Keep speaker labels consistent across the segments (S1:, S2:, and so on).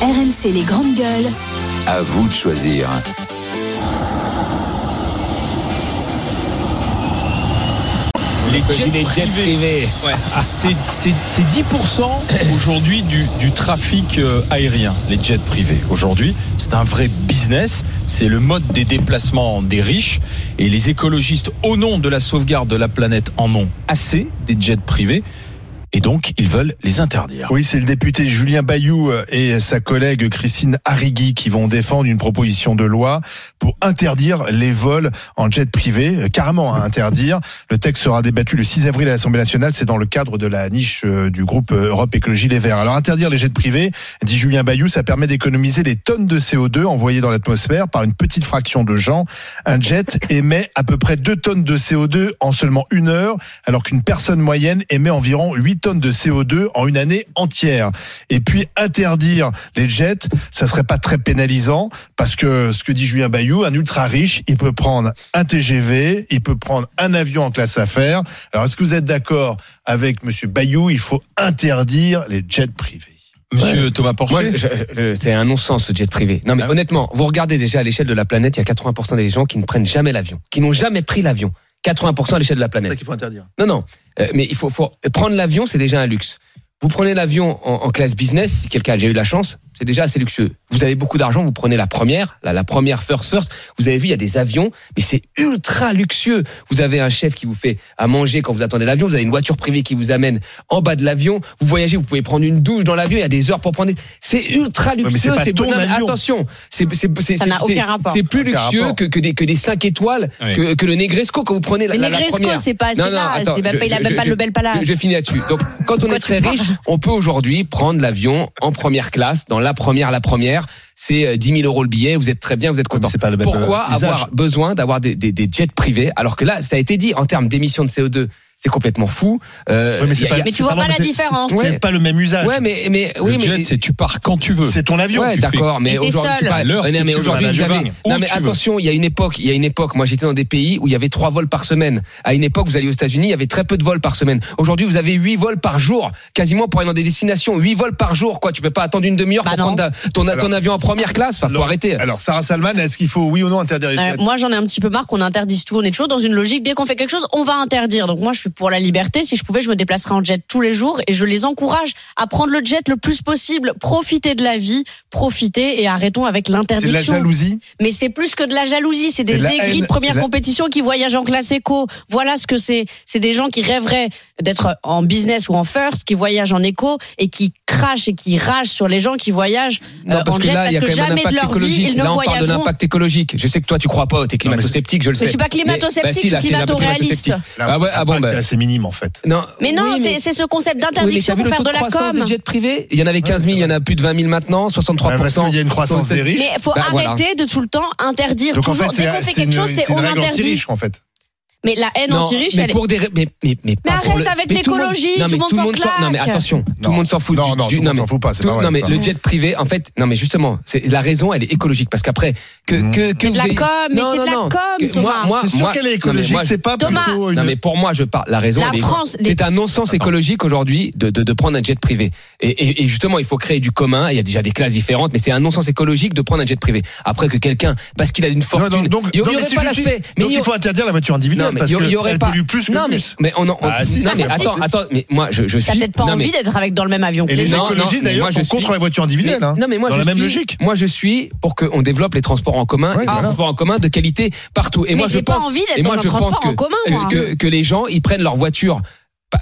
S1: RMC les grandes gueules.
S2: À vous de choisir.
S3: Les jets,
S4: Les jets privés.
S3: Ouais. Ah, c'est- c'est c'est 10% aujourd'hui du, du trafic euh, aérien, les jets privés. Aujourd'hui, c'est un vrai business. C'est le mode des déplacements des riches. Et les écologistes, au nom de la sauvegarde de la planète, en ont assez des jets privés. Et donc, ils veulent les interdire.
S5: Oui, c'est le député Julien Bayou euh, et sa collègue Christine Harigui qui vont défendre une proposition de loi pour interdire les vols en jet privé, euh, carrément à interdire. Le texte sera débattu le 6 avril à l'Assemblée nationale, c'est dans le cadre de la niche euh, du groupe euh, Europe Écologie Les Verts. Alors interdire les jets privés, dit Julien Bayou, ça permet d'économiser les tonnes de CO2 envoyées dans l'atmosphère par une petite fraction de gens. Un jet émet à peu près 2 tonnes de CO2 en seulement une heure, alors qu'une personne moyenne émet environ 8 tonnes de CO2 en une année entière. Et puis interdire les jets, ça serait pas très pénalisant parce que ce que dit Julien Bayou, un ultra riche, il peut prendre un TGV, il peut prendre un avion en classe affaires. Alors est-ce que vous êtes d'accord avec monsieur Bayou, il faut interdire les jets privés
S3: Monsieur Thomas
S4: Moi,
S3: Porcher,
S4: je- je- je- c'est un non-sens ce jet privé. Non, mais
S3: Ah oui.
S4: honnêtement, vous regardez déjà à l'échelle de la planète, il y a 80% des gens qui ne prennent jamais l'avion, qui n'ont jamais pris l'avion. 80% à l'échelle de la
S5: C'est
S4: planète.
S5: ça qu'il faut interdire.
S4: Non, non. Euh, mais il faut, faut prendre l'avion, c'est déjà un luxe. Vous prenez l'avion en, en classe business, si quelqu'un a déjà eu la chance, c'est déjà assez luxueux. Vous avez beaucoup d'argent, vous prenez la première, la, la première first first. Vous avez vu, il y a des avions, mais c'est ultra luxueux. Vous avez un chef qui vous fait à manger quand vous attendez l'avion. Vous avez une voiture privée qui vous amène en bas de l'avion. Vous voyagez, vous pouvez prendre une douche dans l'avion. Il y a des heures pour prendre. des- C'est ultra
S5: mais c'est
S4: luxueux.
S5: pas ton
S4: non, mais
S5: avion.
S4: Attention, c'est c'est- c'est-
S6: Ça n'a
S4: c'est-
S6: aucun rapport.
S4: C'est plus
S5: Aucun
S4: luxueux
S5: rapport.
S4: que, que des que des cinq étoiles,
S3: Oui.
S4: que, que le Negresco quand vous prenez la,
S6: Mais
S4: la, la
S6: Negresco,
S4: première.
S6: c'est pas, c'est
S4: Non, non,
S6: pas-
S4: attends,
S6: c'est pas-
S4: je-
S6: il a
S4: je-
S6: même pas
S4: je-
S6: le bel palace.
S4: je, je finis là-dessus. Donc, quand on
S6: Pourquoi
S4: est très
S6: tu parles
S4: riche, on peut aujourd'hui prendre l'avion en première classe, dans la première, la première. C'est euh, 10 000 euros le billet, vous êtes très bien, vous êtes content.
S5: Ah, c'est pas le même,
S4: Pourquoi
S5: euh, usage.
S4: avoir besoin d'avoir des, des, des jets privés alors que là, ça a été dit en termes d'émissions de CO2, c'est complètement fou. Euh,
S5: Ouais, mais
S4: y
S5: c'est
S4: a-
S5: pas-
S4: y a-
S6: Mais tu vois
S5: pardon,
S6: pas la
S5: c'est-
S6: différence.
S5: C'est
S4: Ouais.
S5: pas le même usage.
S4: ouais, mais mais
S3: le
S4: oui,
S3: jet,
S4: mais
S3: c'est tu pars quand tu veux.
S5: C'est ton avion.
S4: Ouais,
S3: tu fais.
S4: d'accord, mais
S6: Et t'es
S4: aujourd'hui,
S6: seul.
S4: je sais pas.
S3: L'heure
S4: Ouais, non,
S3: que
S4: mais
S3: tu veux,
S4: aujourd'hui,
S3: un
S4: vous
S3: avion
S4: avez-
S3: va,
S4: Non,
S3: où
S4: mais
S3: tu veux.
S4: attention, il y a une époque, il y a une époque. Moi, j'étais dans des pays où il y avait trois vols par semaine. À une époque, vous alliez aux États-Unis, il y avait très peu de vols par semaine. Aujourd'hui, vous avez huit vols par jour, quasiment pour aller dans des destinations. Huit vols par jour, quoi. Tu peux pas attendre une demi-heure
S6: Bah
S4: pour
S6: non.
S4: prendre ta- ton, ton avion en première classe. Enfin, faut
S5: Alors-
S4: arrêter.
S5: Alors Sarah Salman, est-ce qu'il faut oui ou non interdire les
S6: Euh,
S5: jets
S6: moi, j'en ai un petit peu marre qu'on interdise tout. On est toujours dans une logique. Dès qu'on fait quelque chose, on va interdire. Donc moi, je suis pour la liberté. Si je pouvais, je me déplacerais en jet tous les jours et je les encourage à prendre le jet le plus possible. Profitez de la vie, profitez et arrêtons avec
S5: C'est de la
S6: l'interdiction.
S5: jalousie
S6: Mais c'est plus que de la jalousie. C'est
S5: C'est de
S6: des
S5: la
S6: aigris
S5: haine,
S6: de première
S5: c'est de la-
S6: compétition qui voyagent en classe éco. Voilà ce que c'est. C'est des gens qui rêveraient d'être en business ou en first, qui voyagent en éco et qui crachent et qui ragent sur les gens qui voyagent
S4: Non,
S6: euh,
S4: parce
S6: en
S4: que
S6: jet
S4: là, il y a quand
S6: parce que
S4: même un
S6: jamais de
S4: impact
S6: leur vie,
S4: écologique.
S6: ils ne
S4: Là, on parle de
S6: voyageront.
S4: l'impact écologique. Je sais que toi, tu crois pas, t'es
S5: mais
S4: climato-sceptique, je le sais. Ah
S6: Mais je suis pas climato-sceptique, je suis
S4: là, t'es un peu
S6: climato-réaliste.
S4: climato-sceptique. Ah ouais, ah bon,
S5: L'impact
S4: bah.
S5: est assez minime en fait.
S4: Non,
S6: Mais non,
S4: oui,
S6: c'est- c'est ce concept
S4: Oui, mais t'as
S6: d'interdiction
S4: vu
S6: pour
S4: le
S6: faire
S4: taux
S6: de la
S4: croissance
S6: com.
S4: des jets privés Il y en avait 15 000, il y en a plus de 20 000 maintenant, 63
S5: Bah, Parce qu'il y a une croissance des riches.
S6: Mais faut
S4: Bah, voilà.
S6: arrêter de tout le temps interdire.
S5: Donc en
S6: Toujours,
S5: fait,
S6: dès qu'on
S5: c'est
S6: fait
S5: c'est une,
S6: quelque chose, c'est
S5: c'est une
S6: on
S5: règle
S6: interdit.
S5: anti-riche en fait.
S6: Mais la haine
S4: Non,
S6: anti-riche,
S4: mais
S6: elle est.
S4: pour des ra- mais mais mais
S6: Mais
S4: pas pour
S6: arrête
S4: le-
S6: avec
S4: mais tout le monde-
S6: l'écologie,
S4: non,
S6: tout
S4: mais
S6: le monde s'en
S4: s'en- Non mais
S6: claque.
S4: attention, tout le monde s'en fout
S5: Non,
S4: du,
S5: non,
S4: du-
S5: tout le
S4: non
S5: monde
S4: mais
S5: s'en fout pas, c'est
S4: tout-
S5: pas vrai,
S4: non mais
S5: ça.
S4: le jet privé en fait, non mais justement, c'est la raison elle est écologique parce qu'après que
S5: Mmh.
S4: que que
S6: de
S4: vous
S6: la
S4: ayez-
S6: com, mais
S4: Non,
S6: c'est de
S4: non,
S6: la
S4: non,
S6: com,
S4: que-
S6: Thomas.
S4: Moi moi
S5: C'est sûr
S4: moi-
S5: qu'elle est
S4: non, mais
S5: écologique,
S4: moi,
S5: c'est pas
S6: Thomas.
S5: plutôt une...
S4: non mais pour moi je parle la raison
S6: La
S4: elle est-
S6: France, les-
S4: c'est un non-sens écologique aujourd'hui de, de, de prendre un jet privé et, et, et justement il faut créer du commun il y a déjà des classes différentes mais c'est un non-sens écologique de prendre un jet privé après que quelqu'un parce qu'il a une
S5: Non,
S4: fortune
S5: non, donc,
S4: il y
S5: non, mais
S4: aurait
S5: c'est
S4: pas
S5: juste-
S4: l'aspect mais
S5: donc
S4: il y
S5: il faut interdire la voiture individuelle parce
S4: il y- il y
S5: qu'elle pollue plus que
S4: non, mais,
S5: plus.
S4: mais on en- on-
S5: Ah, si,
S4: non,
S5: c'est
S4: mais
S5: pas
S4: attends,
S5: possible.
S4: attends, mais moi, je, je
S6: T'as
S4: suis.
S6: peut-être pas
S4: non,
S6: envie
S4: mais-
S6: d'être avec dans le même avion. que
S5: Et les
S6: les
S4: non, non,
S6: autres.
S4: mais
S5: écologistes
S4: moi,
S5: d'ailleurs
S4: je
S5: sont
S4: suis-
S5: contre la voiture
S4: mais-
S5: individuelle. hein.
S4: non, mais moi,
S5: Dans
S4: je
S5: la même
S4: suis,
S5: logique.
S4: Moi, je suis pour qu'on développe les transports en commun
S5: Ouais,
S4: et
S5: voilà.
S4: les transports en commun de qualité partout. Et
S6: Mais
S4: moi, je
S6: j'ai pas
S4: pense.
S6: envie d'être
S4: et moi,
S6: dans un
S4: je pense
S6: transport
S4: que,
S6: en commun, moi.
S4: que, que les gens, ils prennent leur voiture. Pa-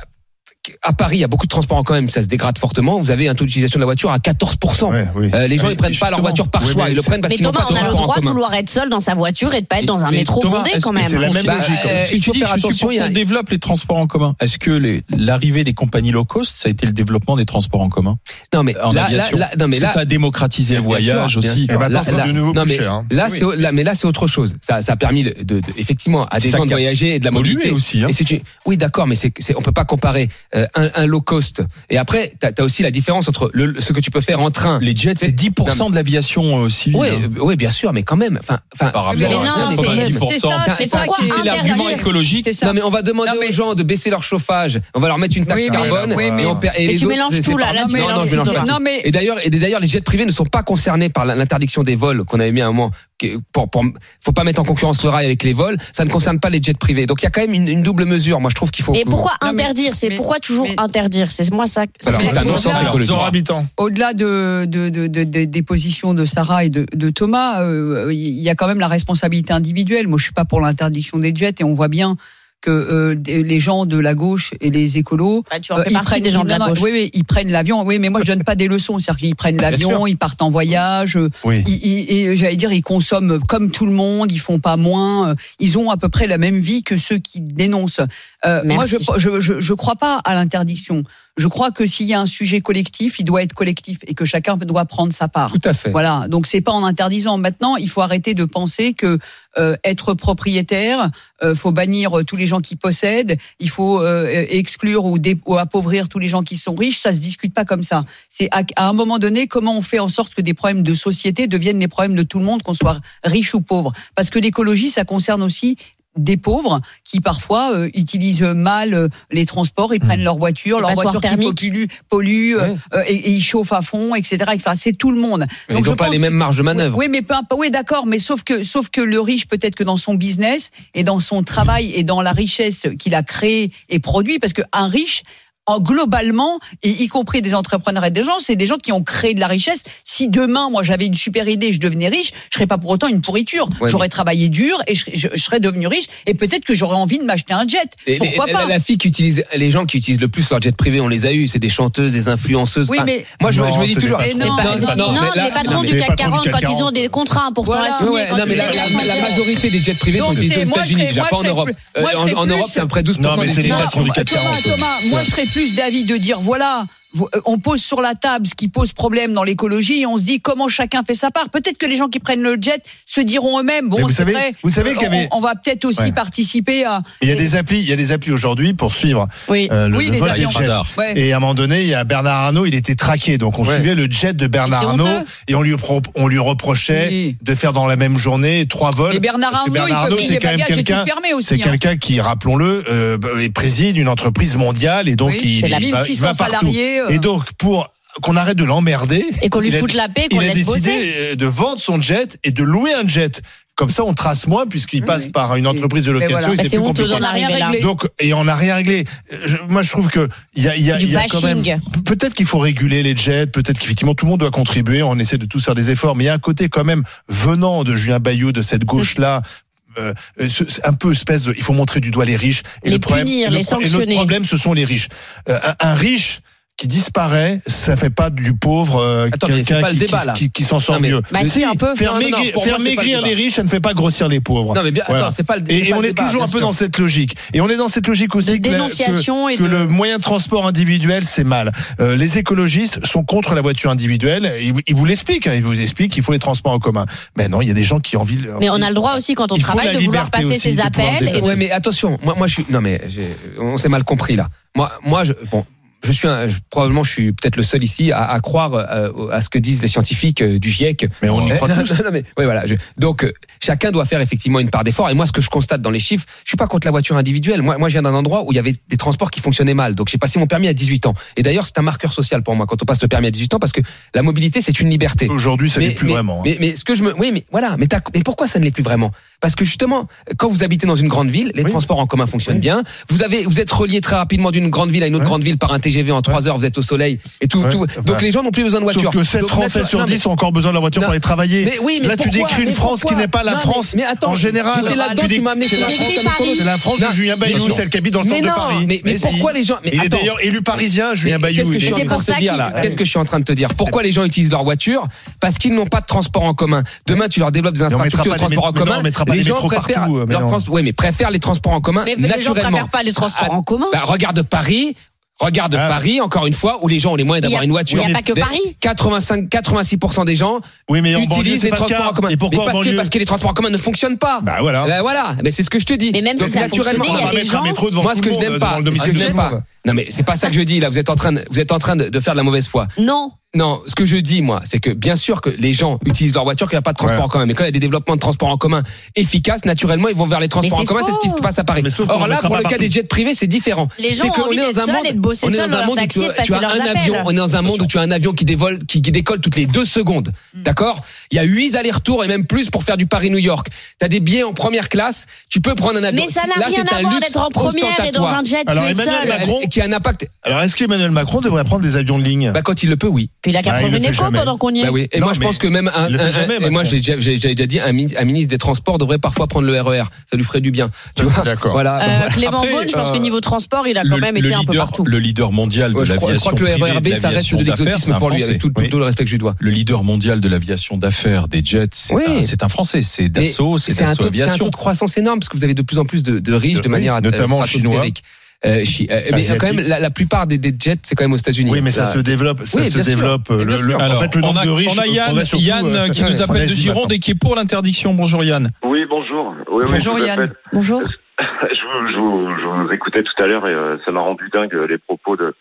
S4: À Paris, il y a beaucoup de transports en commun, ça se dégrade fortement. Vous avez un taux d'utilisation de la voiture à 14%.
S5: Ouais, oui.
S4: Euh, les gens,
S5: Ouais,
S4: ils prennent pas leur
S5: justement.
S4: voiture par
S5: Oui,
S4: choix,
S5: mais
S4: ils le
S5: c'est-
S4: prennent parce
S6: Mais
S4: qu'ils n'ont
S6: Thomas,
S4: pas de
S6: on a le
S4: transport en
S6: droit de
S4: commun.
S6: vouloir être seul dans sa voiture et de pas être dans un
S3: Mais
S6: métro
S3: Thomas,
S6: bondé
S3: est-ce
S6: quand
S3: que
S6: même.
S5: c'est la même
S4: Bah,
S5: logique.
S4: euh,
S3: hein, Parce que
S4: il
S3: tu
S4: faut
S3: dis,
S4: faire
S3: je suis
S4: attention.
S3: pour
S4: il y a-
S3: qu'on développe les transports en commun. Est-ce que les- l'arrivée des compagnies low cost, ça a été le développement des transports en commun
S4: Non mais
S5: Ah,
S3: en
S4: là, là,
S3: aviation
S4: là, non mais
S3: Est-ce que
S4: là,
S3: ça a démocratisé le
S4: Bien
S3: voyage
S4: sûr, bien
S3: aussi bah,
S4: sûr.
S5: Eh ben,
S4: Là-
S5: attends, c'est
S4: là-
S5: de nouveau
S4: non,
S5: plus
S4: mais
S5: cher, hein.
S4: Là,
S3: Oui.
S4: c'est, là, mais là, c'est autre chose. Ça, ça a permis, de, de- de- effectivement, à
S3: C'est
S4: des
S3: ça
S4: gens de
S3: qui a
S4: voyager et de la
S3: pollué
S4: mobilité.
S3: aussi, hein.
S4: Et si tu- oui, d'accord, mais c'est, c'est, on peut pas comparer euh, un, un low cost. Et après, t'as as aussi la différence entre le, ce que tu peux faire en train.
S3: Les jets, c'est 10% de l'aviation hein. euh, civile.
S4: Oui,
S3: hein,
S4: oui, bien sûr, mais quand même. Enfin, enfin,
S3: Par
S4: vous
S3: rapport
S4: avez-
S6: Mais non,
S3: à hein,
S6: c'est-
S3: 90%.
S1: c'est ça,
S4: c'est
S3: Enfin,
S4: ça
S3: si
S4: qui
S3: c'est
S4: est
S3: l'argument
S1: interdit.
S3: écologique,
S1: C'est ça.
S4: Non mais on va demander
S1: Non, mais-
S4: aux gens de baisser leur chauffage. On va leur mettre une taxe
S1: Oui, mais-
S4: carbone.
S1: oui, mais-
S4: et on perd- et
S6: Mais
S4: les
S6: tu
S4: autres,
S6: mélanges
S4: c'est-
S6: tout,
S4: c'est
S6: là.
S4: pas-
S6: Là,
S4: non,
S6: tu
S4: non,
S6: mélanges
S4: je mélange
S6: tout.
S4: pas.
S1: Non, mais
S4: Et d'ailleurs, et d'ailleurs, les jets privés ne sont pas concernés par la- l'interdiction des vols qu'on avait mis à un moment. que- Pour, pour- faut pas mettre en concurrence le rail avec les vols. Ça ne concerne pas les jets privés. Donc il y a quand même une, une double mesure. Moi, je trouve qu'il faut.
S6: Et
S4: que-
S6: pourquoi
S1: Non, mais-
S6: interdire C'est
S1: mais-
S6: pourquoi toujours
S1: mais-
S6: interdire C'est moi ça. ça
S4: Alors,
S6: me
S4: c'est un
S6: pose
S4: non-sens
S6: problème.
S4: écologique.
S5: Leur habitant.
S1: au-delà de, de- de- de- de- des positions de Sarah et de, de Thomas, euh, il y a quand même la responsabilité individuelle. Moi, je suis pas pour l'interdiction des jets et on voit bien que euh, des- les gens de la gauche et les écolos
S6: Bah, tu en
S1: Euh,
S6: fais
S1: ils
S6: partie
S1: prennent-
S6: des gens
S1: ils-
S6: de la
S1: non, non,
S6: gauche.
S1: Oui, oui, ils prennent l'avion. Oui, mais moi, je donne pas des leçons. C'est-à-dire qu'ils prennent l'avion, ils partent en voyage. euh,
S5: Oui.
S1: Ils, ils- ils- j'allais dire, ils consomment comme tout le monde. Ils font pas moins. euh, Ils ont à peu près la même vie que ceux qui dénoncent. Euh, moi, je,
S6: Merci.
S1: je, je, je crois pas à l'interdiction. Je crois que s'il y a un sujet collectif, il doit être collectif et que chacun doit prendre sa part.
S4: Tout à fait.
S1: Voilà, donc c'est pas en interdisant. Maintenant, il faut arrêter de penser que euh, être propriétaire, euh, faut bannir euh, tous les gens qui possèdent, il faut euh, euh, exclure ou, dé- ou appauvrir tous les gens qui sont riches. Ça se discute pas comme ça. C'est à, à un moment donné comment on fait en sorte que des problèmes de société deviennent les problèmes de tout le monde, qu'on soit riche ou pauvre. Parce que l'écologie, ça concerne aussi des pauvres qui parfois euh, utilisent mal euh, les transports, ils prennent leur voiture, leur
S6: passoires
S1: voiture qui
S6: thermiques.
S1: pollue, pollue euh,
S4: Ouais.
S1: euh, et, et ils chauffent à fond, etc. etc. C'est tout le monde.
S4: Mais
S1: Donc,
S4: ils
S1: je
S4: n'ont pas
S1: pense
S4: les
S1: que-
S4: mêmes marges de
S1: oui,
S4: manœuvre.
S1: Oui, mais peu importe. Oui, d'accord, mais sauf que, sauf que le riche, peut-être que dans son business et dans son travail et dans la richesse qu'il a créée et produit, parce qu'un riche, en globalement, et y compris des entrepreneurs et des gens, c'est des gens qui ont créé de la richesse. Si demain, moi, j'avais une super idée et je devenais riche, je serais pas pour autant une pourriture.
S4: Ouais,
S1: j'aurais travaillé dur et je, je- je serais devenu riche et peut-être que j'aurais envie de m'acheter un jet.
S4: Et les-
S1: Pourquoi
S4: la-
S1: pas
S4: La, fille qui utilise, les gens qui utilisent le plus leur jet privé, on les a eu. C'est des chanteuses, des influenceuses.
S1: Oui,
S4: Enfin,
S1: mais-
S4: moi, je, me-
S5: Non,
S4: je me
S5: c'est
S4: dis
S5: des
S4: toujours.
S1: patrons.
S4: mais
S1: Non,
S4: pas-
S1: c'est pas-
S4: mais
S6: Non,
S4: là-
S6: les
S4: non,
S6: patrons
S4: mais-
S6: du
S5: les
S6: CAC
S5: patrons
S6: 40,
S5: du
S6: quand
S5: CAC
S6: ils ont des contrats pour
S1: Voilà.
S6: pouvoir signer,
S1: Ouais,
S4: ouais,
S6: quand
S4: non, mais
S6: ils
S4: la,
S6: les
S4: la-
S6: placent en
S4: la
S6: dehors.
S4: majorité des jets privés sont
S1: Donc,
S4: utilisés
S1: c'est-
S4: aux
S1: moi, je
S4: États-Unis,
S1: serais-
S4: déjà
S1: moi,
S4: pas
S1: je
S4: en
S1: serais
S4: Europe.
S1: plus-
S4: Euh,
S1: moi, je
S4: en,
S1: serais
S4: en
S1: plus-
S4: Europe, c'est à peu près 12%
S5: Non, mais c'est les
S1: Non,
S5: patrons du CAC
S1: Thomas,
S5: 40.
S1: Thomas, moi je serais plus d'avis de dire voilà, vous- euh, on pose sur la table ce qui pose problème dans l'écologie et on se dit comment chacun fait sa part. Peut-être que les gens qui prennent le jet se diront eux-mêmes bon,
S5: Mais vous
S1: c'est
S5: savez-
S1: vrai,
S5: vous savez qu'il y
S1: on-
S5: avait-
S1: on, va peut-être aussi
S5: Ouais.
S1: participer à.
S5: Il y a des applis, il y a des applis aujourd'hui pour suivre
S6: Oui.
S5: euh, le,
S1: Oui,
S5: le
S1: les
S5: vol
S1: avions.
S5: des jets.
S3: Radar.
S1: Ouais.
S5: Et à un moment donné, il y a Bernard Arnault, il était traqué. Donc on
S4: Ouais.
S5: suivait le jet de Bernard
S6: Et c'est
S5: Arnault
S6: honteux.
S5: et on lui, pro- on lui reprochait
S1: Oui. Eh
S5: de faire dans la même journée trois vols.
S1: Et Bernard
S5: Parce que
S1: Arnault,
S5: Bernard
S1: il peut
S5: Arnault,
S1: payer
S5: c'est
S1: les
S5: quand même
S1: bagages et
S5: quelqu'un.
S1: tout fermer aussi.
S5: C'est
S1: hein.
S5: quelqu'un qui, rappelons-le, euh, bah, il préside une entreprise mondiale et donc
S1: Oui,
S5: il,
S6: c'est la
S5: il va, il
S1: 1600
S5: va partout.
S1: salariés. euh,
S5: Et donc pour qu'on arrête de l'emmerder,
S6: Et qu'on lui
S5: il a-
S6: foute la paix, qu'on
S5: il a
S6: laisse
S5: décidé
S6: bosser.
S5: euh, de vendre son jet et de louer un jet. Comme ça, on trace moins puisqu'il passe par une entreprise de
S1: Mais
S5: location.
S1: ben voilà.
S5: et
S6: Bah, C'est
S5: plus
S6: honteux
S5: compliqué.
S6: d'en arriver là.
S1: réglé.
S5: Donc, et on n'a rien réglé. Euh, je- moi, je trouve que il y a, il y a,
S6: Du
S5: il y a quand même.
S6: bashing.
S5: Peut-être qu'il faut réguler les jets. Peut-être qu'effectivement tout le monde doit contribuer. On essaie de tous faire des efforts. Mais il y a un côté quand même venant de Julien Bayou, de cette gauche là. euh, euh, ce- c'est un peu espèce de, il faut montrer du doigt les riches
S6: Les
S5: problème-
S6: punir,
S5: et le
S6: les
S5: pro- et
S6: sanctionner.
S5: notre problème ce sont les riches Euh, un, un riche qui disparaît ça fait pas du pauvre euh,
S4: Attends, mais c'est
S5: quelqu'un
S4: pas le
S5: qui,
S4: débat,
S5: qui-
S4: là.
S5: qui- qui s'en sort
S4: Non, mais-
S5: mieux
S6: Bah si, un peu.
S5: faire
S4: non, non, non,
S5: maigrir,
S4: pour
S5: faire
S4: moi, c'est pas le
S5: maigrir les
S4: débat.
S5: riches ça ne fait pas grossir les pauvres
S4: Non, mais bien,
S5: Voilà.
S4: attends, c'est pas le.
S5: et,
S4: c'est
S5: et
S4: pas
S5: on
S4: le
S5: est
S4: débat,
S5: toujours un
S4: bien
S5: peu
S4: sûr.
S5: dans cette logique. Et on est dans cette logique aussi
S6: De
S5: que, la-
S6: dénonciation
S5: que-
S6: et
S5: que
S6: de-
S5: le moyen de transport individuel, c'est mal. Euh, les écologistes sont contre la voiture individuelle. Ils, vous- ils vous l'expliquent. hein. ils vous expliquent qu'il faut les transports en commun. Mais non, il y a des gens qui ont envie.
S6: Mais on a le droit aussi, quand on
S5: Il faut
S6: travaille,
S5: la
S6: de vouloir
S5: liberté
S6: passer
S5: aussi
S6: ses
S5: de pouvoir
S6: appels.
S5: se
S6: et de-
S5: déplacer.
S4: Ouais, mais attention, moi, moi, je suis. Non, mais j'ai- on s'est mal compris là. Moi, moi, je, bon, je suis un- je- probablement, je suis peut-être le seul ici à, à croire euh, à ce que disent les scientifiques euh, du GIEC.
S5: Mais on y croit
S4: Non,
S5: tous.
S4: non, non, mais- oui, voilà. je- donc, euh, chacun doit faire effectivement une part d'effort. Et moi, ce que je constate dans les chiffres, je suis pas contre la voiture individuelle. Moi, moi, je viens d'un endroit où il y avait des transports qui fonctionnaient mal. Donc, j'ai passé mon permis à 18 ans. Et d'ailleurs, c'est un marqueur social pour moi quand on passe le permis à 18 ans parce que la mobilité, c'est une liberté.
S5: Aujourd'hui, ça
S4: Mais-
S5: n'est plus
S4: mais-
S5: vraiment. hein.
S4: Mais, mais ce que je me, oui, mais voilà, mais, t'as- mais pourquoi ça ne l'est plus vraiment Parce que justement, quand vous habitez dans une grande ville, les
S5: Oui.
S4: transports en commun fonctionnent
S5: Oui.
S4: bien. Vous avez, vous êtes relié très rapidement d'une grande ville à une autre
S5: Ouais.
S4: grande ville par un TGV en trois heures. Vous êtes au soleil et tout.
S5: Ouais.
S4: tout.
S5: Bah.
S4: Donc les gens n'ont plus besoin de voiture.
S5: Sauf que 7
S4: Donc,
S5: Français
S4: nature-
S5: sur
S4: non, mais-
S5: 10 ont encore besoin de la voiture
S4: Non.
S5: pour aller travailler.
S4: mais oui, mais
S5: Là, tu
S4: pourquoi
S5: décris une
S4: Mais
S5: France
S4: pourquoi
S5: qui n'est pas la
S4: Non, mais-
S5: France
S4: mais attends,
S5: en général.
S4: j'étais
S5: Tu
S4: là-dedans, tu
S5: décris-
S4: m'as amené
S5: c'est
S4: sur
S5: la
S4: la
S5: France- Bah,
S4: France comme un
S5: C'est la France de
S4: Non.
S5: Julien Bayou,
S4: Attention.
S5: celle qui habite dans le
S4: Mais
S5: centre de
S4: non,
S5: Paris.
S4: mais, mais
S5: si.
S4: pourquoi les gens mais
S5: Il est
S4: attends.
S5: d'ailleurs élu parisien, Julien
S4: Mais
S5: Bayou.
S4: Qu'est-ce que,
S5: il
S4: je
S5: est
S4: suis en
S6: C'est
S5: élu.
S4: train
S6: pour
S4: de
S6: ça
S4: te dire,
S6: qu'il-
S5: hein.
S4: là Qu'est-ce que je suis en train de te dire Pourquoi les gens utilisent leur voiture Parce qu'ils n'ont pas de transport en commun. Demain, tu leur développes des
S5: on
S4: infrastructures de
S5: mettra pas des
S4: transport en
S5: mét- mais non,
S4: commun.
S5: on mettra pas
S4: les
S5: des
S4: gens
S5: métros
S4: préfèrent
S5: partout, euh, mais
S4: leurs
S5: non.
S4: trans- oui, mais préfèrent les transports en commun
S6: Mais les gens
S4: naturellement.
S6: préfèrent pas les transports en commun.
S4: Bah, regarde Paris. Regarde
S5: Ah.
S4: Paris, encore une fois, où les gens ont les moyens
S6: Il y
S4: d'avoir
S6: a-
S4: une
S6: Il n'y
S4: voiture.
S6: a pas que Paris.
S4: 85, 86% des gens
S5: Oui, mais en banlieue,
S4: utilisent
S5: c'est
S4: les
S5: pas le
S4: transports
S5: cas.
S4: en commun.
S5: Et pourquoi
S4: Mais
S5: en
S4: parce, que,
S5: banlieue
S4: parce que les transports en commun ne fonctionnent pas.
S5: Bah voilà.
S4: Ben voilà, mais c'est ce que je te dis.
S6: Mais même si
S4: Donc,
S6: ça
S4: naturellement,
S5: on va
S6: fonctionnait, il y a des
S5: mettre un
S6: gens.
S5: métro devant
S4: moi
S5: tout
S4: ce
S5: le
S4: que je
S5: monde, euh,
S4: n'aime
S5: devant
S4: pas,
S5: le
S4: ce que
S5: domicile
S4: je
S5: de tout
S4: n'aime
S5: le
S4: pas.
S5: monde.
S4: Non mais c'est pas ça que je dis là. Vous êtes en train de, vous êtes en train de, de faire de la mauvaise foi.
S6: Non.
S4: Non, ce que je dis moi, c'est que bien sûr que les gens utilisent leur voiture, qu'il n'y a pas de transport
S5: Ouais.
S4: en commun. Mais quand il y a des développements de transport en commun efficaces, naturellement ils vont vers les transports en
S6: c'est
S4: commun. C'est ce qui se
S6: faux.
S4: passe à Paris.
S5: Mais sauf qu'on
S4: Or
S5: en
S4: là,
S5: mettra
S4: pour
S5: pas
S4: le cas
S5: partout.
S4: des jets privés, c'est différent.
S6: Les gens
S4: C'est
S6: ont
S4: qu'on
S6: envie
S4: est
S6: d'être
S4: dans un
S6: seuls
S4: monde,
S6: et de bosser
S4: on est
S6: seuls
S4: dans
S6: dans
S4: un
S6: leur
S4: monde où tu
S6: taxi et de
S4: as- tu as
S6: passer
S4: un
S6: leurs
S4: avion,
S6: appels.
S4: on est dans un monde où tu as un avion qui dévole, qui, qui décolle toutes les deux secondes.
S6: Mm.
S4: D'accord Il y a huit allers-retours et même plus pour faire du Paris-New York. Tu as des billets en première classe, tu peux prendre un avion.
S6: Mais ça n'a
S4: Là,
S6: rien
S4: c'est
S6: à
S4: un
S6: voir
S4: luxe
S6: d'être en première et dans
S4: ostentatoire.
S6: un jet, tu
S5: Alors,
S6: es
S5: Emmanuel
S6: seul.
S5: Macron-
S4: Et qui a un impact.
S5: Alors, est-ce qu'Emmanuel Macron devrait prendre des avions de ligne
S4: Bah, quand il le peut, oui.
S6: Puis il a qu'à
S5: Bah, il
S6: prendre
S5: le
S6: une
S5: fait
S6: écho
S5: jamais.
S6: pendant qu'on y est.
S4: Bah oui. Et
S5: Non,
S4: moi, je
S5: mais
S4: pense que même un,
S5: il le fait
S4: un-
S5: jamais,
S4: et moi,
S5: Macron.
S4: j'ai déjà, j'ai- j'ai déjà dit, un, min- un ministre des Transports devrait parfois prendre le RER. Ça lui ferait du bien. Tu vois
S5: D'accord.
S4: Voilà.
S6: Euh, Clément
S3: Après,
S6: Beaune, je pense
S3: euh,
S6: que niveau transport, il a quand même été un peu
S3: leader,
S6: partout.
S3: le leader mondial de
S4: Ouais, je, crois, je
S3: l'aviation
S4: crois que le
S3: privée,
S4: RERB,
S3: de
S4: ça reste
S3: l'aviation
S4: de
S3: d'affaires, c'est
S4: l'exotisme
S3: un
S4: pour lui,
S3: Français.
S4: avec tout, tout le respect que je lui dois.
S3: Le leader mondial de l'aviation d'affaires, des jets, c'est
S4: Oui.
S3: un, c'est un Français, c'est
S4: Mais
S3: Dassault, c'est
S4: un
S3: Dassault
S4: taux, c'est un
S3: Aviation.
S4: taux de croissance énorme parce que vous avez de plus en plus de, de riches
S5: Oui,
S4: de manière euh,
S5: notamment
S4: stratosphérique. Euh, chi- euh, mais
S5: Asiatique.
S4: quand même, la, la plupart des, des jets, c'est quand même aux États-Unis.
S5: Oui, mais ça
S4: Là,
S5: se développe. Ça
S4: Oui,
S5: se
S4: bien sûr.
S5: développe. euh,
S4: Bien
S5: Le-
S4: sûr.
S5: le-
S3: Alors,
S5: en fait, le
S3: on
S5: nombre
S3: a,
S5: de riches.
S3: on a Yann,
S5: progresse surtout,
S3: Yann
S5: euh,
S3: qui nous
S5: en
S3: appelle de
S5: Asie
S3: Gironde
S5: maintenant.
S3: et qui est pour l'interdiction. Bonjour Yann.
S7: Oui, bonjour. Oui, oui,
S1: Bonjour,
S7: tout à
S1: Yann.
S7: fait.
S6: Bonjour.
S7: Je vous, je vous- je vous écoutais tout à l'heure et euh, ça m'a rendu dingue euh, les propos de,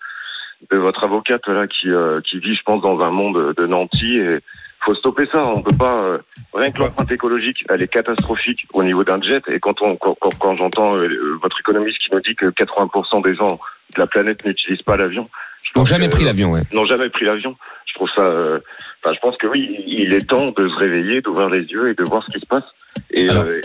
S7: de votre avocate là qui, euh, qui vit, je pense, dans un monde de nantis. Et faut stopper ça. On peut pas. euh, rien que l'empreinte écologique, elle est catastrophique au niveau d'un jet. Et quand on quand, quand- quand j'entends euh, votre économiste qui nous dit que 80% des gens de la planète n'utilisent pas l'avion, je
S4: Ils n'ont
S7: pense
S4: jamais
S7: que-
S4: pris l'avion, ouais.
S7: n'ont jamais pris l'avion. Je trouve ça. euh, Enfin, je pense que oui, il est temps de se réveiller, d'ouvrir les yeux et de voir ce qui se passe. Et,
S3: Alors,
S7: euh,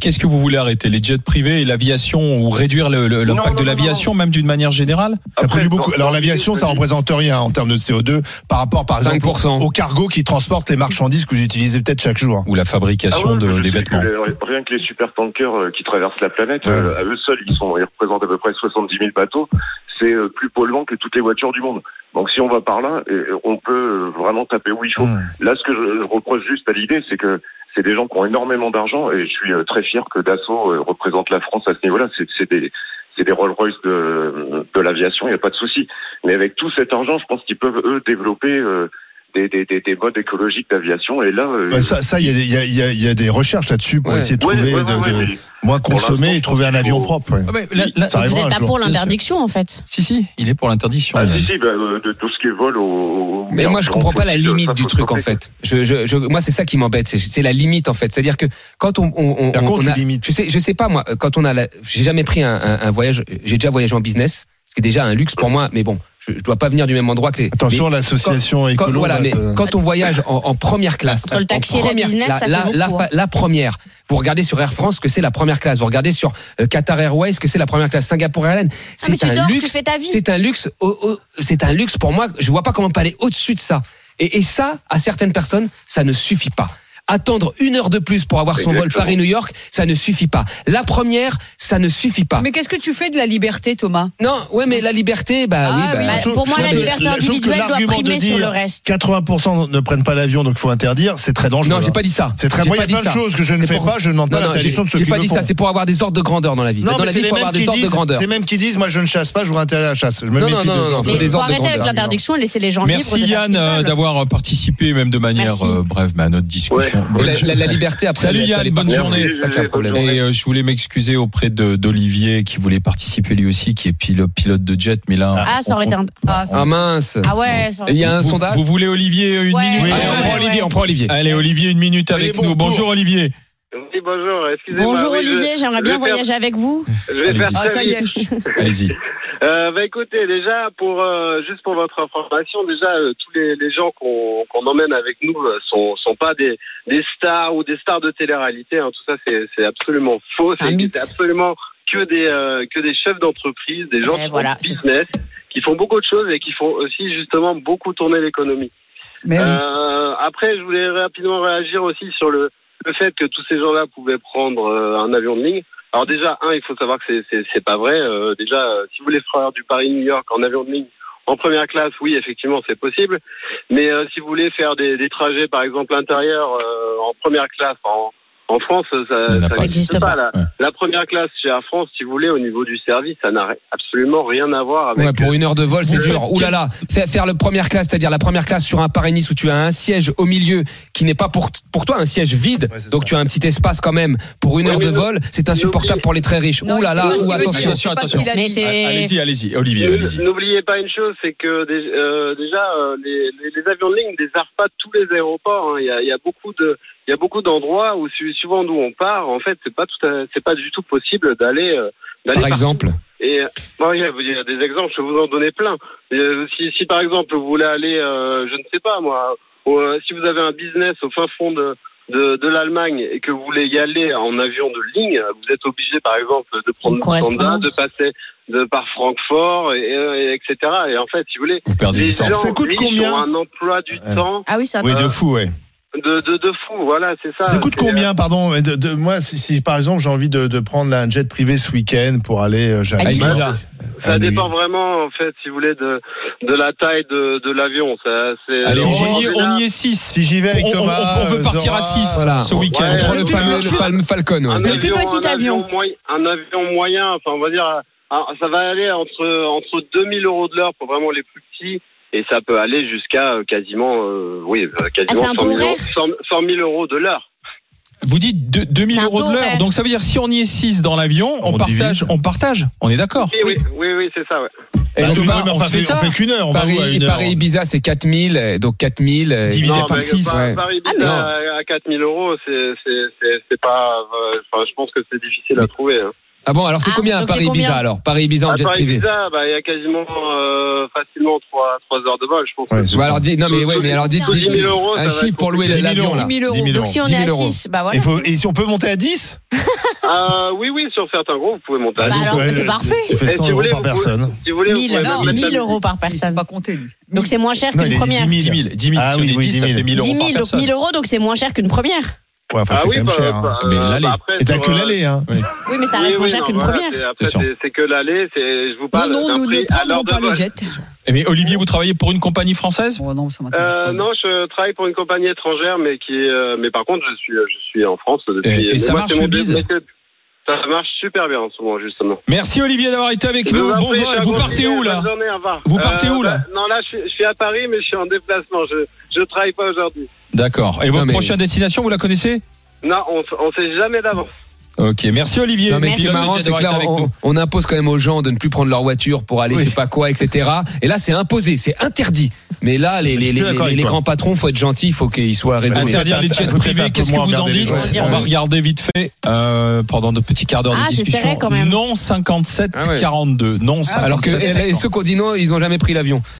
S3: Qu'est-ce que vous voulez arrêter Les jets privés et l'aviation ou réduire le- le-
S7: Non,
S3: l'impact
S7: non,
S3: de
S7: non,
S3: l'aviation même d'une manière générale
S5: Ça
S7: Après,
S5: pollue beaucoup.
S7: dans-
S5: Alors
S7: dans-
S5: l'aviation, ça
S7: dans-
S5: représente rien en termes de CO2 par rapport, par exemple,
S4: 5%.
S5: au cargo qui transporte les marchandises que vous utilisez peut-être chaque jour.
S3: ou la fabrication
S7: Ah ouais,
S3: de-
S7: je
S3: des
S7: sais
S3: vêtements
S7: que les- rien que les supertankers euh, qui traversent la planète, euh, à eux seuls, ils, sont, ils représentent à peu près 70 000 bateaux. C'est euh, plus polluant que toutes les voitures du monde. Donc si on va par là, et- et on peut euh, vraiment taper où il faut. Là, ce que je, je reproche juste à l'idée, c'est que c'est des gens qui ont énormément d'argent et je suis euh, très fier que Dassault euh, représente la France à ce niveau-là. C'est- C'est des c'est des Rolls-Royce de, de l'aviation, il n'y a pas de souci. Mais avec tout cet argent, je pense qu'ils peuvent, eux, développer euh, des, des, des, des modes écologiques d'aviation. Et là, euh,
S5: Bah, Ça, ça, il y a des- il y, a- il y a- il y a des recherches là-dessus pour
S4: Ouais.
S5: essayer de
S7: ouais,
S5: trouver,
S7: ouais,
S5: de,
S7: ouais,
S5: de
S7: ouais, mais-
S5: moins
S7: Pour
S5: consommer
S7: l'instant,
S5: et trouver un avion
S7: faut-
S5: propre. ouais.
S3: Ah ben, la-
S5: Oui,
S3: la-
S5: ça
S6: Vous
S5: arrivera un
S6: êtes pas
S5: jour.
S6: pour l'interdiction, en fait.
S3: Si, si, il est pour l'interdiction.
S7: Ah,
S3: Yann.
S7: si, si, bah, euh, de tout ce qui vole au. au-
S4: Mais
S7: au-
S4: moi, je
S7: au-
S4: comprends
S7: au-
S4: pas la
S7: ça,
S4: limite
S7: faut
S4: du
S7: se
S4: truc, en
S7: stopper.
S4: fait. Je, je, je- moi, c'est ça qui m'embête. C'est, c'est la limite, en fait. C'est-à-dire que quand on, on, on,
S5: Par
S4: on-
S5: contre,
S4: on
S5: tu
S4: a-
S5: limites.
S4: je sais, je sais pas, moi, quand on a la, j'ai jamais pris un, un, un voyage, j'ai déjà voyagé en business, ce qui est déjà un luxe pour moi, mais bon, je, je dois pas venir du même endroit que les.
S5: Attention,
S4: mais-
S5: l'association
S4: quand,
S5: écolo.
S4: voilà,
S5: va euh,
S4: mais
S5: te-
S4: quand on voyage en, en première classe,
S6: Entre le taxi
S4: en
S6: et la
S4: première-
S6: business,
S4: la,
S6: ça fait
S4: la- la-
S6: beaucoup, hein.
S4: la première. Vous regardez sur Air France ce que c'est la première classe. Vous regardez sur euh, Qatar Airways ce que c'est la première classe. Singapour Airlines,
S6: Ah, mais
S4: c'est
S6: tu
S4: un
S6: dors, tu
S4: luxe.
S6: fais ta vie.
S4: C'est un luxe. oh, oh, c'est un luxe pour moi. Je vois pas comment on peut aller au-dessus de ça. Et, et ça, à certaines personnes, ça ne suffit pas. Attendre une heure de plus pour avoir son vol
S7: Exactement.
S4: Paris-New York, ça ne suffit pas. La première, ça ne suffit pas.
S5: Ah.
S1: Mais qu'est-ce que tu fais de la liberté, Thomas
S4: Non, ouais, mais la liberté, bah
S1: Ah
S4: oui, bah,
S1: oui.
S6: Bah,
S5: Je trouve-
S6: pour moi,
S5: je
S6: la
S5: trouve que-
S6: liberté
S5: je trouve que
S6: individuelle doit
S5: l'argument de
S6: primer sur
S5: dire
S6: le reste.
S5: 80% ne prennent pas l'avion, donc faut interdire. C'est très dangereux.
S4: Non, j'ai
S5: hein.
S4: pas dit ça.
S5: C'est très.
S4: J'ai
S5: Moi, il y
S4: pas
S5: a
S4: dit
S5: plein de
S4: ça.
S5: choses que je ne
S4: C'est
S5: fais
S4: pour-
S5: pas. Je ne demande pas
S4: Non, non, j'ai
S5: l'interdiction de ceux
S4: j'ai
S5: qui
S4: pas
S5: le
S4: dit
S5: font.
S4: ça, c'est pour avoir des ordres de grandeur dans la vie.
S5: Non,
S4: dans
S5: mais
S4: la
S5: c'est
S4: vie, il
S5: les
S4: faut avoir
S5: mêmes
S4: des
S5: qui
S4: ordres de
S5: disent.
S4: grandeur.
S5: C'est même qui disent, moi, je ne chasse pas, je voudrais interdire la chasse. Je me
S4: Non,
S5: méfie
S4: non,
S5: de
S4: non,
S5: gens
S4: non,
S5: comme
S4: faut
S6: Mais
S5: ça.
S4: des
S6: il faut
S4: ordres de
S6: arrêter avec
S4: grandeur.
S6: l'interdiction et laisser les gens libres.
S3: Merci
S6: de faire ce
S3: Yann
S6: qu'ils
S3: euh,
S6: veulent.
S3: d'avoir euh, participé même de manière
S6: Merci.
S3: euh, brève mais à notre discussion.
S7: Ouais.
S3: Bonne
S4: La,
S3: journée.
S4: la- la liberté après.
S3: Salut
S4: elle est-
S3: Yann,
S4: elle est
S3: bonne
S4: partie.
S3: journée.
S4: C'est ça qui est un problème.
S7: Bonne
S3: Et euh, je voulais m'excuser auprès de d'Olivier qui voulait participer lui aussi, qui est pilo- pilote de jet, mais là.
S6: Ah, ça aurait été un.
S1: Ah,
S4: Ah mince.
S6: Ah ouais, ça aurait
S4: Il y a un
S3: vous,
S4: sondage.
S3: Vous voulez Olivier une
S6: Ouais.
S3: minute
S5: Oui.
S4: Allez, on prend
S6: Ouais,
S4: Olivier,
S6: ouais.
S4: on prend Olivier.
S3: Allez Olivier, une minute
S5: Allez,
S3: avec
S5: bon
S3: nous.
S5: cours.
S3: Bonjour Olivier.
S7: Oui, bonjour, excusez-moi.
S6: Bonjour
S7: oui, je-
S6: Olivier, j'aimerais
S7: je
S6: bien
S7: vais faire-
S6: voyager avec vous.
S7: Je vais faire
S3: Allez-y.
S1: Ah, ça y est.
S3: Allez-y.
S7: Euh, bah écoutez, déjà pour euh, juste pour votre information, déjà euh, tous les, les gens qu'on qu'on emmène avec nous euh, sont sont pas des des stars ou des stars de télé-réalité. hein. Tout ça c'est c'est absolument faux.
S6: C'est un
S7: C'est
S6: mythe.
S7: c'est absolument que des euh, que des chefs d'entreprise, des gens
S6: Ouais,
S7: qui
S6: Eh, voilà,
S7: font du
S6: c'est ça.
S7: business, qui font beaucoup de choses et qui font aussi justement beaucoup tourner l'économie.
S1: Mais oui.
S7: Euh, après, je voulais rapidement réagir aussi sur le, le fait que tous ces gens-là pouvaient prendre euh, un avion de ligne. Alors déjà, un, il faut savoir que c'est- c'est c'est pas vrai. Euh, déjà, euh, si vous voulez faire du Paris-New York en avion de ligne, en première classe, oui, effectivement, c'est possible. Mais euh, si vous voulez faire des, des trajets, par exemple, intérieurs euh, en première classe, en, En France, ça
S3: Il y en a
S7: ça
S3: pas.
S7: n'existe
S6: Ça
S7: pas.
S6: existe
S7: La, la première classe chez Air France, si vous voulez, au niveau du service, ça n'a absolument rien à voir avec.
S4: Ouais, pour une heure de vol, c'est
S3: Vous
S4: dur.
S3: faites-
S4: Ouh là là, faire, faire le première classe, c'est-à-dire la première classe sur un Paris-Nice où tu as un siège au milieu qui n'est pas pour, pour toi un siège vide,
S5: Ouais, c'est
S4: donc
S5: ça.
S4: tu as un petit espace quand même pour une
S7: Oui,
S4: heure
S7: mais
S4: de
S7: non-
S4: vol, c'est insupportable pour les très riches.
S1: Non,
S4: Ouh là là,
S1: il-
S4: ou
S1: il-
S4: attention.
S1: c'est pas ce
S3: attention.
S1: qu'il a
S6: Mais
S1: dit.
S6: c'est- Et-
S3: Allez-y, allez-y, Olivier,
S7: Et
S3: allez-y.
S7: N'oubliez pas une chose, c'est que dé- euh, déjà euh, les, les- les avions de ligne ne desservent pas tous les aéroports. hein. Il y, a, il y a beaucoup de, il y a beaucoup d'endroits où su- suivant d'où on part, en fait, c'est pas tout, à- c'est pas du tout possible d'aller. euh, d'aller
S4: Par
S7: partout.
S4: exemple,
S7: Et euh, bon, il y, a, il y a des exemples, je peux vous en donner plein. Euh, si, si par exemple vous voulez aller, euh, je ne sais pas moi, au- euh, si vous avez un business au fin fond de de, de l'Allemagne et que vous voulez y aller en avion de ligne, vous êtes obligé par exemple de prendre
S6: Une
S7: le Panda, de
S6: correspondance.
S7: passer de par Francfort et, euh, et etc. Et en fait, si vous voulez,
S3: Vous perdez
S7: les
S3: du temps.
S7: gens
S5: Ça coûte
S7: riches
S5: combien
S7: ont un emploi du
S5: Ouais.
S7: temps
S6: Ah oui, ça.
S5: Oui, de fou, ouais.
S7: de de, de fou. Voilà, c'est ça.
S5: Ça coûte
S7: C'est, euh,
S5: combien, pardon mais de, de- Moi, si, si, par exemple j'ai envie de, de prendre là, un jet privé ce week-end pour aller, euh, j'arrive.
S4: Bah,
S6: À Ibiza.
S5: Ah,
S7: Ça
S5: lui.
S7: dépend vraiment, en fait, si vous voulez, de, de la taille de, de l'avion. Ça, c'est.
S3: Allez,
S5: Alors,
S3: on y est-
S7: Zora,
S3: on y est 6.
S5: Si j'y vais avec
S3: On, on-
S5: Thomas,
S3: on veut partir à 6
S4: Voilà.
S3: ce week-end.
S7: Ouais,
S4: entre
S7: le
S4: le
S7: plus-
S4: fameux
S6: je-
S4: le fameux Falcon. ouais.
S7: un
S6: Le plus petit
S7: un
S6: avion.
S7: moyen- un avion moyen, enfin, on va dire, ah, ça va aller entre, entre 2000 euros de l'heure pour vraiment les plus petits. Et ça peut aller jusqu'à euh, quasiment, euh, oui, euh, quasiment
S6: Ah, c'est un
S7: 100 000
S6: horaire
S7: euros- 100 100 000 euros de l'heure.
S3: Vous dites deux- 2000
S6: C'est un
S3: euros
S6: taux
S3: de l'heure.
S6: horaire.
S3: Donc ça veut dire si on y est 6 dans l'avion, on,
S5: On
S3: partage,
S5: divise.
S3: on partage. On est d'accord.
S7: Oui, oui, oui, oui, c'est ça, ouais.
S3: Et
S5: Bah,
S3: donc,
S5: tout de
S3: bah,
S5: même,
S3: on
S5: enfin,
S3: se fait ça.
S5: on fait qu'une heure, on va où, à
S4: Paris,
S5: une heure
S4: Paris Ibiza, c'est 4000, donc 4000. euh,
S3: Divisé
S7: Non,
S3: par
S7: mais
S3: 6.
S7: Par,
S4: Ouais.
S7: Paris
S6: Ah,
S7: Ibiza
S4: mais-
S7: à, à 4000 euros, c'est, c'est, c'est, c'est pas, euh, enfin, je pense que c'est difficile à trouver. hein.
S4: Ah bon, alors c'est
S6: Ah,
S4: combien à
S6: donc c'est
S4: Paris Ibiza
S6: combien
S4: alors Paris Ibiza
S5: Ah,
S4: en
S7: À
S4: jet
S7: Paris
S4: privé.
S7: Ibiza, bah, il y a quasiment, euh, facilement 3, trois heures de vol, je pense.
S5: Ouais,
S7: que
S5: c'est
S4: Bah alors dis, non mais
S7: Tout-
S4: ouais,
S7: tout-
S4: mais alors dites,
S6: tout-
S4: dites-
S7: 10 000 euros,
S4: un
S7: ça va
S4: chiffre
S7: être
S4: pour louer
S5: 10 000
S4: l'avion
S5: euros.
S4: là.
S1: 10 000 euros.
S5: 10 000
S6: Donc si on
S4: 10
S6: est
S4: 000
S6: à
S4: euros.
S6: 6, bah voilà.
S5: Il faut, et si on peut monter à 10
S7: Euh, oui, oui, sur certains groupes, vous pouvez monter. à
S6: Bah,
S7: deux.
S6: alors, c'est parfait.
S5: Tu fais
S7: Et si
S5: 100
S7: vous
S5: euros
S7: voulez,
S5: par
S7: vous pouvez-
S5: personne.
S7: si vous voulez,
S6: 1000,
S7: vous pouvez
S1: non,
S7: même mettre
S6: 1000
S7: la-
S6: euros par
S1: Il sait
S6: personne.
S1: pas compter, lui.
S6: Donc c'est moins cher
S5: Non, il
S6: qu'une
S5: a dit
S6: première.
S5: 10
S3: 10 000. 10 000.
S5: Ah
S3: si on
S5: oui,
S3: est
S5: oui,
S3: 10,
S5: 10
S3: ça
S5: 000.
S3: fait 1000
S6: 10
S3: euros
S6: 000,
S3: par
S6: donc
S3: personne.
S6: 1000 euros, donc c'est moins cher qu'une première.
S5: Ouais, enfin,
S7: Ah
S5: c'est
S7: oui,
S5: quand même
S7: bah,
S5: cher. hein.
S7: bah,
S3: Mais
S7: euh,
S3: l'aller.
S7: bah, après,
S5: Et t'as
S7: sur,
S5: que
S7: euh,
S5: l'aller, hein.
S6: Oui, mais ça
S7: oui,
S6: reste moins
S7: oui,
S6: cher
S7: non,
S6: qu'une
S7: voilà,
S6: première.
S7: c'est- après,
S3: C'est sûr.
S7: c'est- C'est que l'aller, c'est, je vous
S1: Non,
S7: parle.
S1: non,
S7: d'un
S1: nous
S7: prix
S1: ne
S7: à l'heure
S1: prendrons
S7: de
S1: pas le
S7: vol.
S1: jet.
S3: Mais Eh Olivier, vous travaillez pour une compagnie française
S1: Oh non, ça m'intéresse
S7: Euh,
S1: pas.
S7: non, je travaille pour une compagnie étrangère, mais qui, est, euh, mais par contre, je suis, je suis en France depuis.
S3: Et- et
S7: mais
S3: ça
S7: moi,
S3: marche,
S7: c'est mon
S3: le bise
S7: métier. Ça marche super bien en ce moment, justement.
S3: Merci Olivier d'avoir été avec
S7: Je
S3: nous.
S7: vous en
S3: Bon
S7: prie,
S3: vol.
S7: c'est un
S3: Vous
S7: bon
S3: partez
S7: week-end.
S3: où là
S7: Bonne journée, au revoir.
S3: Vous partez où, là
S7: bah, Non, là, je, suis- je suis à Paris, mais je suis en déplacement. Je, je travaille pas aujourd'hui.
S3: D'accord. Et
S4: Non,
S3: votre
S4: mais-
S3: prochaine destination, vous la connaissez
S7: Non, on, s- on sait jamais d'avance.
S3: Ok. Merci Olivier.
S4: Non mais ce
S3: Merci
S4: qui est
S3: Olivier
S4: marrant, c'est
S3: d'avoir
S4: que
S3: été
S4: là,
S3: avec nous.
S4: on, on impose quand même aux gens de ne plus prendre leur voiture pour aller
S5: Oui.
S4: je sais pas quoi, etc. Et là, c'est imposé, c'est interdit. Mais là, les,
S5: Je
S4: les,
S5: suis
S4: les,
S5: d'accord
S4: les
S5: avec toi.
S4: grands patrons, faut être gentil, il faut qu'ils soient raisonnés.
S3: Interdire les
S5: Bah, Peut-être
S3: jets
S5: un peu
S3: privés,
S5: moins
S3: qu'est-ce que vous en
S5: regarder les
S3: dites
S6: gens.
S3: On va
S6: Oui.
S3: regarder vite fait euh, pendant de petits quarts d'heure
S6: Ah,
S3: de
S6: c'est serré
S3: discussion.
S6: quand même.
S3: Non 57
S4: Ah ouais.
S3: 42. Non 57.
S5: Ah,
S4: eh, Alors que et- et ceux qu'on dit non, ils ont jamais pris l'avion.